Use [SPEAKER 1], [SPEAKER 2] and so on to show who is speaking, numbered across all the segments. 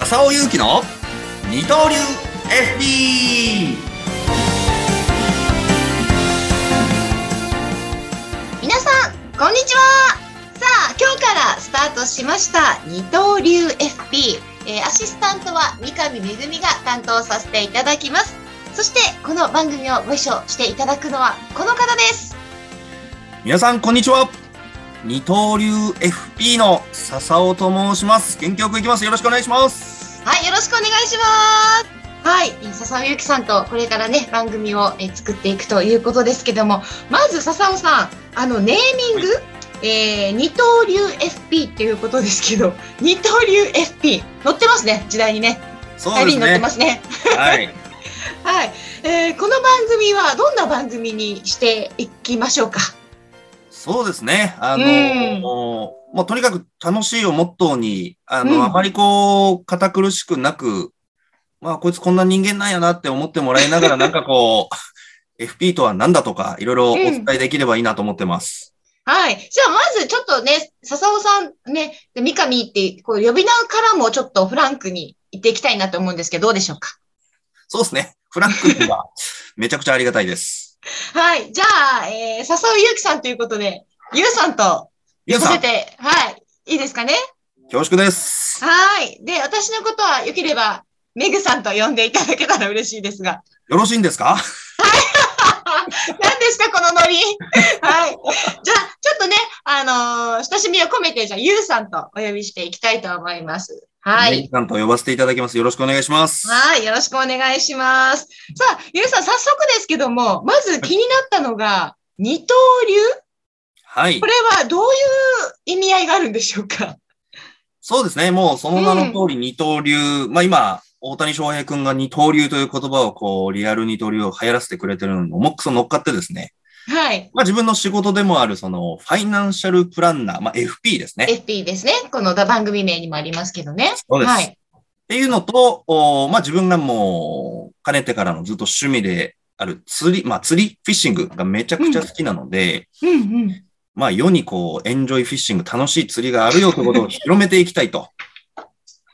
[SPEAKER 1] 浅尾勇気の二刀流 FB
[SPEAKER 2] 皆さんこんにちはさあ今日からスタートしました二刀流 FP、えーアシスタントは三上めぐみが担当させていただきますそしてこの番組をご一緒していただくのはこの方です
[SPEAKER 1] 皆さんこんにちは二刀流 FP の笹尾と申します元気よくいきますよろしくお願いします
[SPEAKER 2] はいよろしくお願いしますはいえー笹尾ゆきさんとこれからね番組を、えー作っていくということですけどもまず笹尾さんあのネーミング、えー二刀流 FP っていうことですけど二刀流 FP 乗ってますね時代にね
[SPEAKER 1] そう
[SPEAKER 2] 旅
[SPEAKER 1] です
[SPEAKER 2] に乗って
[SPEAKER 1] ね
[SPEAKER 2] ますね
[SPEAKER 1] はい
[SPEAKER 2] はい、えーこの番組はどんな番組にしていきましょうか。
[SPEAKER 1] そうですね。あの、
[SPEAKER 2] うん
[SPEAKER 1] もうまあ、とにかく楽しいをモットーに、あの、
[SPEAKER 2] うん
[SPEAKER 1] あまりこう、堅苦しくなく、まあ、こいつこんな人間なんやなって思ってもらいながら、なんかこう、FP とは何だとか、いろいろお伝えできればいいなと思ってます。
[SPEAKER 2] はい。じゃあ、まずちょっとね、笹尾さんね、で三上って、こう、呼び名からもちょっとフランクに言っていきたいなと思うんですけど、どうでしょうか。
[SPEAKER 1] そうですね。フランクに は、めちゃくちゃありがたいです。
[SPEAKER 2] はい。じゃあ、えー笹尾ゆうきさんということで、ゆうさんと
[SPEAKER 1] ゆう
[SPEAKER 2] さ
[SPEAKER 1] さ
[SPEAKER 2] せ
[SPEAKER 1] ん、
[SPEAKER 2] て、はい。いいですかね。
[SPEAKER 1] 恐縮です。
[SPEAKER 2] はい。で、私のことは、よければ、めぐさんと呼んでいただけたら嬉しいですが。
[SPEAKER 1] よろしいんですか
[SPEAKER 2] 何ですか、このノリ。 はい。じゃあ、ちょっとね、あのー親しみを込めて、じゃあ、ゆうさんとお呼びしていきたいと思います。は
[SPEAKER 1] メイ
[SPEAKER 2] い。
[SPEAKER 1] さんと呼ばせていただきます。よろしくお願いします。
[SPEAKER 2] はい。よろしくお願いします。さあ、ゆうさん、早速ですけども、まず気になったのが、二刀流
[SPEAKER 1] はい
[SPEAKER 2] こ。れはどういう意味合いがあるんでしょうか
[SPEAKER 1] そうですね。もうその名の通り二刀流。まあ今、大谷翔平君が二刀流という言葉をこう、リアル二刀流を流行らせてくれてるのにもっくそ乗っかってですね。
[SPEAKER 2] はい。
[SPEAKER 1] まあ自分の仕事でもあるその、ファイナンシャルプランナー、まあ FP ですね。
[SPEAKER 2] FP ですね。この番組名にもありますけどね。
[SPEAKER 1] そうです。
[SPEAKER 2] は
[SPEAKER 1] っ
[SPEAKER 2] い。
[SPEAKER 1] ていうのと、おまあ自分がもう、かねてからのずっと趣味である釣り、まあ釣り、フィッシングがめちゃくちゃ好きなので、
[SPEAKER 2] うんうん。
[SPEAKER 1] まあ世にこう、エンジョイフィッシング、楽しい釣りがあるよということを広めていきたいと。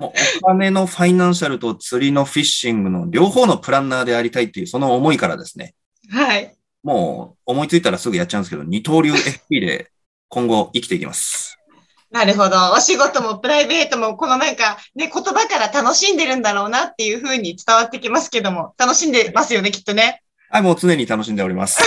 [SPEAKER 1] もうお金のファイナンシャルと釣りのフィッシングの両方のプランナーでありたいっていうその思いからですね、
[SPEAKER 2] はい。
[SPEAKER 1] もう思いついたらすぐやっちゃうんですけど、二刀流 FP で今後生きていきます。
[SPEAKER 2] なるほど。お仕事もプライベートも、このなんか、ね、言葉から楽しんでるんだろうなっていうふうに伝わってきますけども、楽しんでますよね、きっとね。
[SPEAKER 1] はい、もう常に楽しんでおります。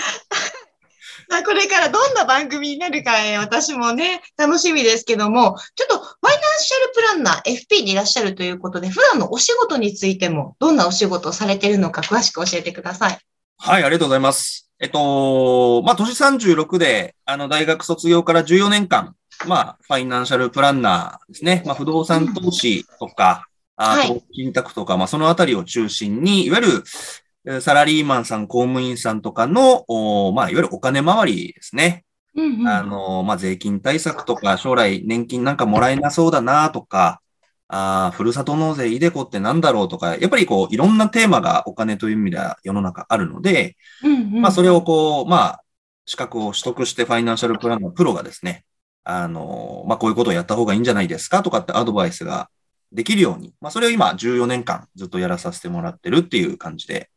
[SPEAKER 2] さあこれからどんな番組になるか、えー私もね、楽しみですけども、ちょっとファイナンシャルプランナー FP にいらっしゃるということで、普段のお仕事についても、どんなお仕事をされてるのか、詳しく教えてください。
[SPEAKER 1] はい、ありがとうございます。えっと、まあ、年36で、あの、大学卒業から14年間、まあ、ファイナンシャルプランナーですね、まあ、不動産投資とか、あ
[SPEAKER 2] はい
[SPEAKER 1] 投資信託とか、まあ、そのあたりを中心に、いわゆるえーサラリーマンさん、公務員さんとかの、おまあ、いわゆるお金回りですね。
[SPEAKER 2] うん
[SPEAKER 1] あの、まあ、税金対策とか、将来年金なんかもらえなそうだなとか、あーふるさと納税いでこってなんだろうとか、やっぱりこう、いろんなテーマがお金という意味では世の中あるので、まあ、それをこう、まあ、資格を取得してファイナンシャルプランのプロがですね、あの、まあ、こういうことをやった方がいいんじゃないですかとかってアドバイスができるように、まあ、それを今14年間ずっとやらさせてもらってるっていう感じで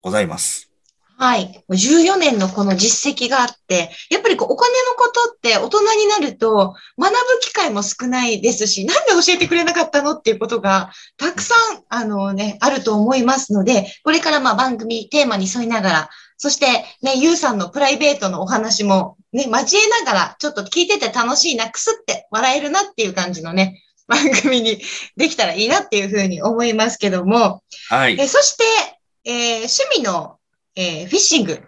[SPEAKER 1] ございます。
[SPEAKER 2] はい。14年のこの実績があって、やっぱりこうお金のことって大人になると学ぶ機会も少ないですし、なんで教えてくれなかったのっていうことがたくさん、あのね、あると思いますので、これからまあ番組テーマに沿いながら、そしてね、ゆうさんのプライベートのお話もね、交えながら、ちょっと聞いてて楽しいな、くすって笑えるなっていう感じのね、番組にできたらいいなっていうふうに思いますけども、
[SPEAKER 1] はい。
[SPEAKER 2] えそして、えー趣味の、えーフィッシング。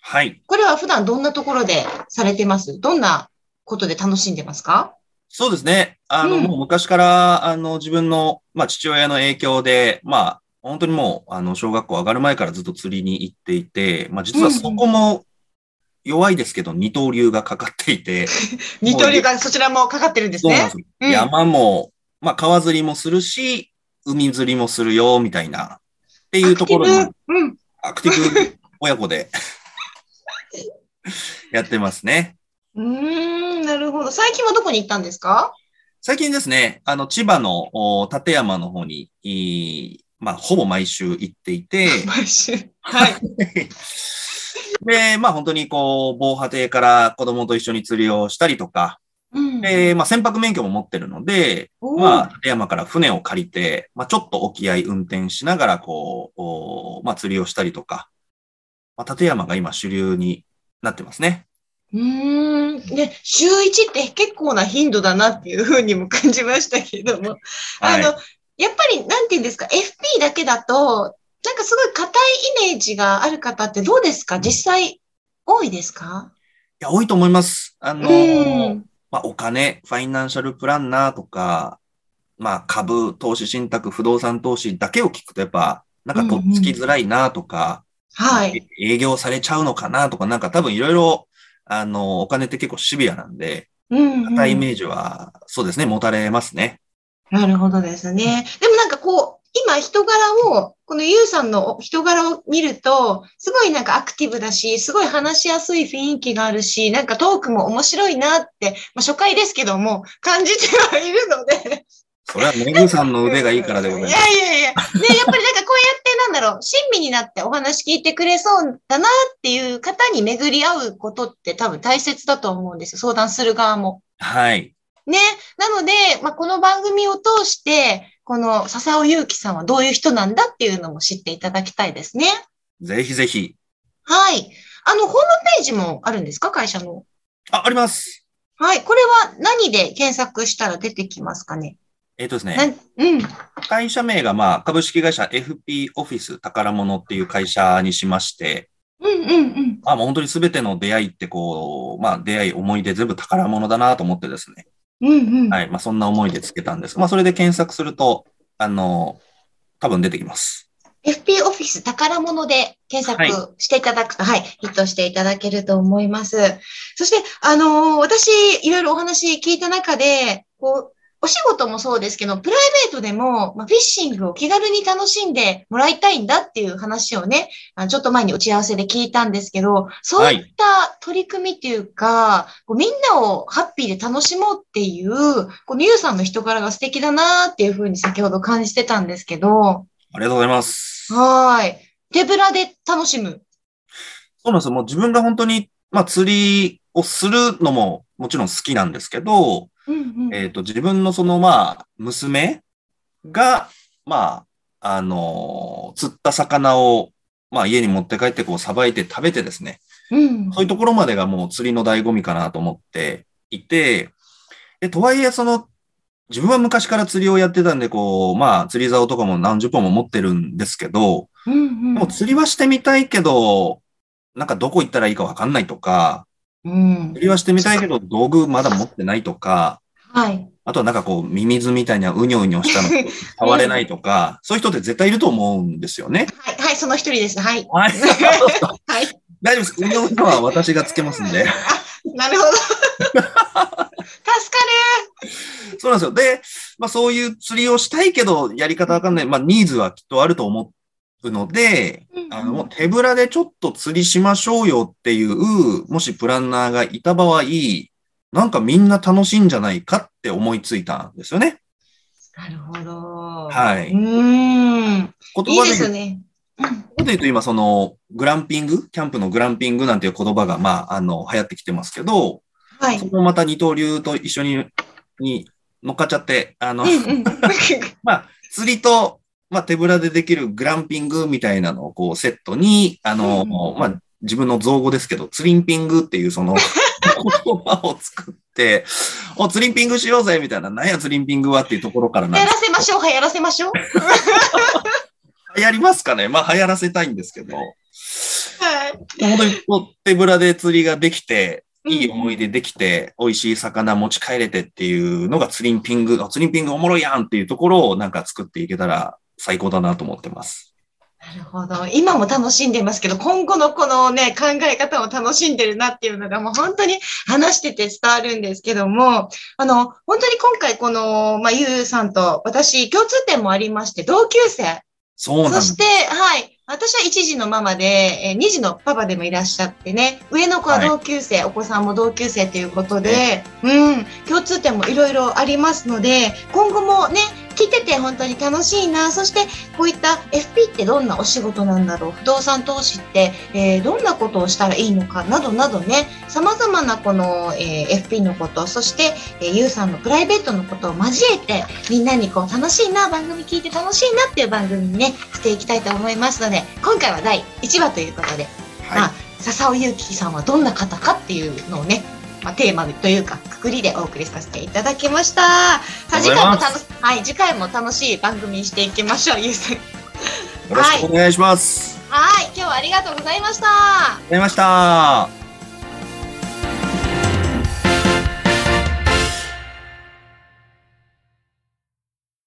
[SPEAKER 1] はい。
[SPEAKER 2] これは普段どんなところでされてますどんなことで楽しんでますか
[SPEAKER 1] そうですね。あの、
[SPEAKER 2] うん
[SPEAKER 1] もう昔から、あの、自分の、まあ、父親の影響で、まあ、本当にもう、あの、小学校上がる前からずっと釣りに行っていて、まあ、実はそこも弱いですけど、二刀流がかかっていて、
[SPEAKER 2] 二刀流がそちらもかかってるんです
[SPEAKER 1] そうなん
[SPEAKER 2] ね
[SPEAKER 1] で。すよ。
[SPEAKER 2] うん
[SPEAKER 1] 山も、まあ、川釣りもするし、海釣りもするよ、みたいな、っていうところに
[SPEAKER 2] アク、ティブうん。
[SPEAKER 1] アクティブ親子で やってますね。
[SPEAKER 2] うーん、なるほど。最近はどこに行ったんですか
[SPEAKER 1] 最近ですね、あの、千葉のお館山の方に、いまあ、ほぼ毎週行っていて、
[SPEAKER 2] 毎週。はい。
[SPEAKER 1] で、まあ本当にこう、防波堤から子供と一緒に釣りをしたりとか、
[SPEAKER 2] うん。
[SPEAKER 1] で、まあ船舶免許も持ってるので、
[SPEAKER 2] おー
[SPEAKER 1] まあ、館山から船を借りて、まあちょっと沖合運転しながら、こう、おまあ釣りをしたりとか、まあ、立山が今主流になってますね。
[SPEAKER 2] うーん。で、週1って結構な頻度だなっていうふうにも感じましたけども。あ
[SPEAKER 1] はい。
[SPEAKER 2] の、やっぱり、なんて言うんですか、FP だけだと、なんかすごい硬いイメージがある方ってどうですか実際、多いですか
[SPEAKER 1] いや、多いと思います。あの
[SPEAKER 2] う
[SPEAKER 1] ー、
[SPEAKER 2] ん。
[SPEAKER 1] まあ、お金、ファイナンシャルプランナーとか、まあ、株、投資信託、不動産投資だけを聞くと、やっぱ、なんか、とっつきづらいなとか、
[SPEAKER 2] はい。
[SPEAKER 1] え営業されちゃうのかなとか、なんか多分いろいろ、あの、お金って結構シビアなんで、
[SPEAKER 2] うん、うん。
[SPEAKER 1] 硬いイメージは、そうですね、持たれますね。
[SPEAKER 2] なるほどですね。でもなんかこう、今人柄を、このゆうさんの人柄を見ると、すごいなんかアクティブだし、すごい話しやすい雰囲気があるし、なんかトークも面白いなって、まあ初回ですけども、感じてはいるので。
[SPEAKER 1] それはメグさんの腕がいいからでございます。
[SPEAKER 2] いやいやいや。ね、やっぱりなんかこうやってなんだろう、 親身になってお話聞いてくれそうだなっていう方に巡り合うことって多分大切だと思うんですよ。相談する側も。
[SPEAKER 1] はい。
[SPEAKER 2] ね。なので、まあ、この番組を通して、この笹尾祐樹さんはどういう人なんだっていうのも知っていただきたいですね。
[SPEAKER 1] ぜひぜひ。
[SPEAKER 2] はい。あの、ホームページもあるんですか会社の。
[SPEAKER 1] あ、あります。
[SPEAKER 2] はい。これは何で検索したら出てきますかね
[SPEAKER 1] えっとです
[SPEAKER 2] な
[SPEAKER 1] ね、
[SPEAKER 2] んうん。
[SPEAKER 1] 会社名が、まあ、株式会社 FP オフィス宝物っていう会社にしまして、
[SPEAKER 2] うんうんうん。
[SPEAKER 1] まあ、もう本当に全ての出会いってこう、まあ、出会い、思い出、全部宝物だなと思ってですね。
[SPEAKER 2] うんうん。
[SPEAKER 1] はい。まあ、そんな思いでつけたんです。まあ、それで検索すると、あの、多分出てきます。
[SPEAKER 2] FP オフィス宝物で検索していただくと、はい、ヒットしていただけると思います。そして、あのー私、いろいろお話聞いた中で、こう、お仕事もそうですけど、プライベートでも、まあ、フィッシングを気軽に楽しんでもらいたいんだっていう話をね、あのちょっと前に打ち合わせで聞いたんですけど、そういった取り組みっていうか、こうみんなをハッピーで楽しもうっていう、このゆうさんの人柄が素敵だなっていうふうに先ほど感じてたんですけど、
[SPEAKER 1] ありがとうございます。そう
[SPEAKER 2] はーい。手ぶらで楽しむ。
[SPEAKER 1] なんですよ。もう自分が本当に、まあ、釣りをするのももちろん好きなんですけど、
[SPEAKER 2] うん
[SPEAKER 1] えっ、と、自分のその、まあ、娘が、まあ、あの釣った魚を、まあ、家に持って帰って、こう、さばいて食べてですね、
[SPEAKER 2] うん。
[SPEAKER 1] そういうところまでがもう釣りの醍醐味かなと思っていて、で、とはいえ、その、自分は昔から釣りをやってたんで、こう、まあ、釣り竿とかも何十本も持ってるんですけど、
[SPEAKER 2] うんうん。
[SPEAKER 1] でも釣りはしてみたいけど、なんかどこ行ったらいいかわかんないとか、
[SPEAKER 2] うん
[SPEAKER 1] 釣りはしてみたいけど道具まだ持ってないとか、
[SPEAKER 2] はい。
[SPEAKER 1] あとはなんかこう、ミミズみたいにはうにょうにょした の触れないとか、そういう人って絶対いると思うんですよね。
[SPEAKER 2] はい、はい、その一人です。はい。
[SPEAKER 1] はい。
[SPEAKER 2] はい。
[SPEAKER 1] 大丈夫です。うにょうにょは私がつけますん で。
[SPEAKER 2] あなる ほど。助か
[SPEAKER 1] そうなんですよ。で、まあそういう釣りをしたいけど、やり方わかんない。まあニーズはきっとあると思うので、
[SPEAKER 2] る。
[SPEAKER 1] あの、もう手ぶらでちょっと釣りしましょうよっていう、もしプランナーがいた場合、なんかみんな楽しいんじゃないかって思いついたんですよね。
[SPEAKER 2] なるほど。
[SPEAKER 1] は
[SPEAKER 2] う
[SPEAKER 1] い。
[SPEAKER 2] ーん。
[SPEAKER 1] 言
[SPEAKER 2] いい
[SPEAKER 1] 葉
[SPEAKER 2] で
[SPEAKER 1] で言
[SPEAKER 2] す
[SPEAKER 1] う
[SPEAKER 2] ね。
[SPEAKER 1] 言葉で言うと今その、グランピング、キャンプのグランピングなんていう言葉が、まあ、あの、流行ってきてますけど、
[SPEAKER 2] はい
[SPEAKER 1] そ。れもまた二刀流と一緒に、に乗っかっちゃって、あの、
[SPEAKER 2] うんうん。
[SPEAKER 1] まあ、釣りと、まあ、手ぶらでできるグランピングみたいなのをこうセットに、あの、
[SPEAKER 2] うんうん
[SPEAKER 1] まあ、自分の造語ですけど、ツリンピングっていうその言葉を作って、お、ツリンピングしようぜみたいな、なんやツリンピングはっていうところからなん
[SPEAKER 2] や
[SPEAKER 1] で
[SPEAKER 2] ら
[SPEAKER 1] す
[SPEAKER 2] せましょう。はい、やらせましょう。
[SPEAKER 1] 流行りますかねまあ、流行らせたいんですけど、
[SPEAKER 2] はい。
[SPEAKER 1] 本当にこう手ぶらで釣りができて、いい思い出できて、美味しい魚持ち帰れてっていうのがツリンピング、あツリンピングおもろいやんっていうところをなんか作っていけたら最高だなと思ってます。
[SPEAKER 2] なるほど。今も楽しんでますけど、今後のこのね、考え方を楽しんでるなっていうのがもう本当に話してて伝わるんですけども、あの、本当に今回この、まあ、ゆうさんと私、共通点もありまして、同級生。
[SPEAKER 1] そうなん
[SPEAKER 2] そ
[SPEAKER 1] で
[SPEAKER 2] し
[SPEAKER 1] す。
[SPEAKER 2] て、はい。私は1児のママで、えー2児のパパでもいらっしゃってね、上の子は同級生、お子さんも同級生ということで、うん、共通点もいろいろありますので、今後もね、聞いてて本当に楽しいな、そしてこういった FP ってどんなお仕事なんだろう、不動産投資って、えーどんなことをしたらいいのかなどなどね、様々なこの、えー FP のこと、そして、えー、ゆうさんのプライベートのことを交えて、みんなにこう楽しいな、番組聞いて楽しいなっていう番組にね、していきたいと思いますので、今回は第1話ということで、まあ
[SPEAKER 1] は、
[SPEAKER 2] 笹尾ゆうきさんはどんな方かっていうのをね、まあ、テーマというか、くくりでお送りさせていただきました。さあ、
[SPEAKER 1] あり
[SPEAKER 2] 次
[SPEAKER 1] がとうござ
[SPEAKER 2] 回
[SPEAKER 1] いま
[SPEAKER 2] も
[SPEAKER 1] す
[SPEAKER 2] 楽し、はい、次回も楽しい番組にしていきましょう、ゆうさん。
[SPEAKER 1] い。よろしくお願いします。
[SPEAKER 2] はい、今日はありがとうございました。
[SPEAKER 1] ありがとうございました。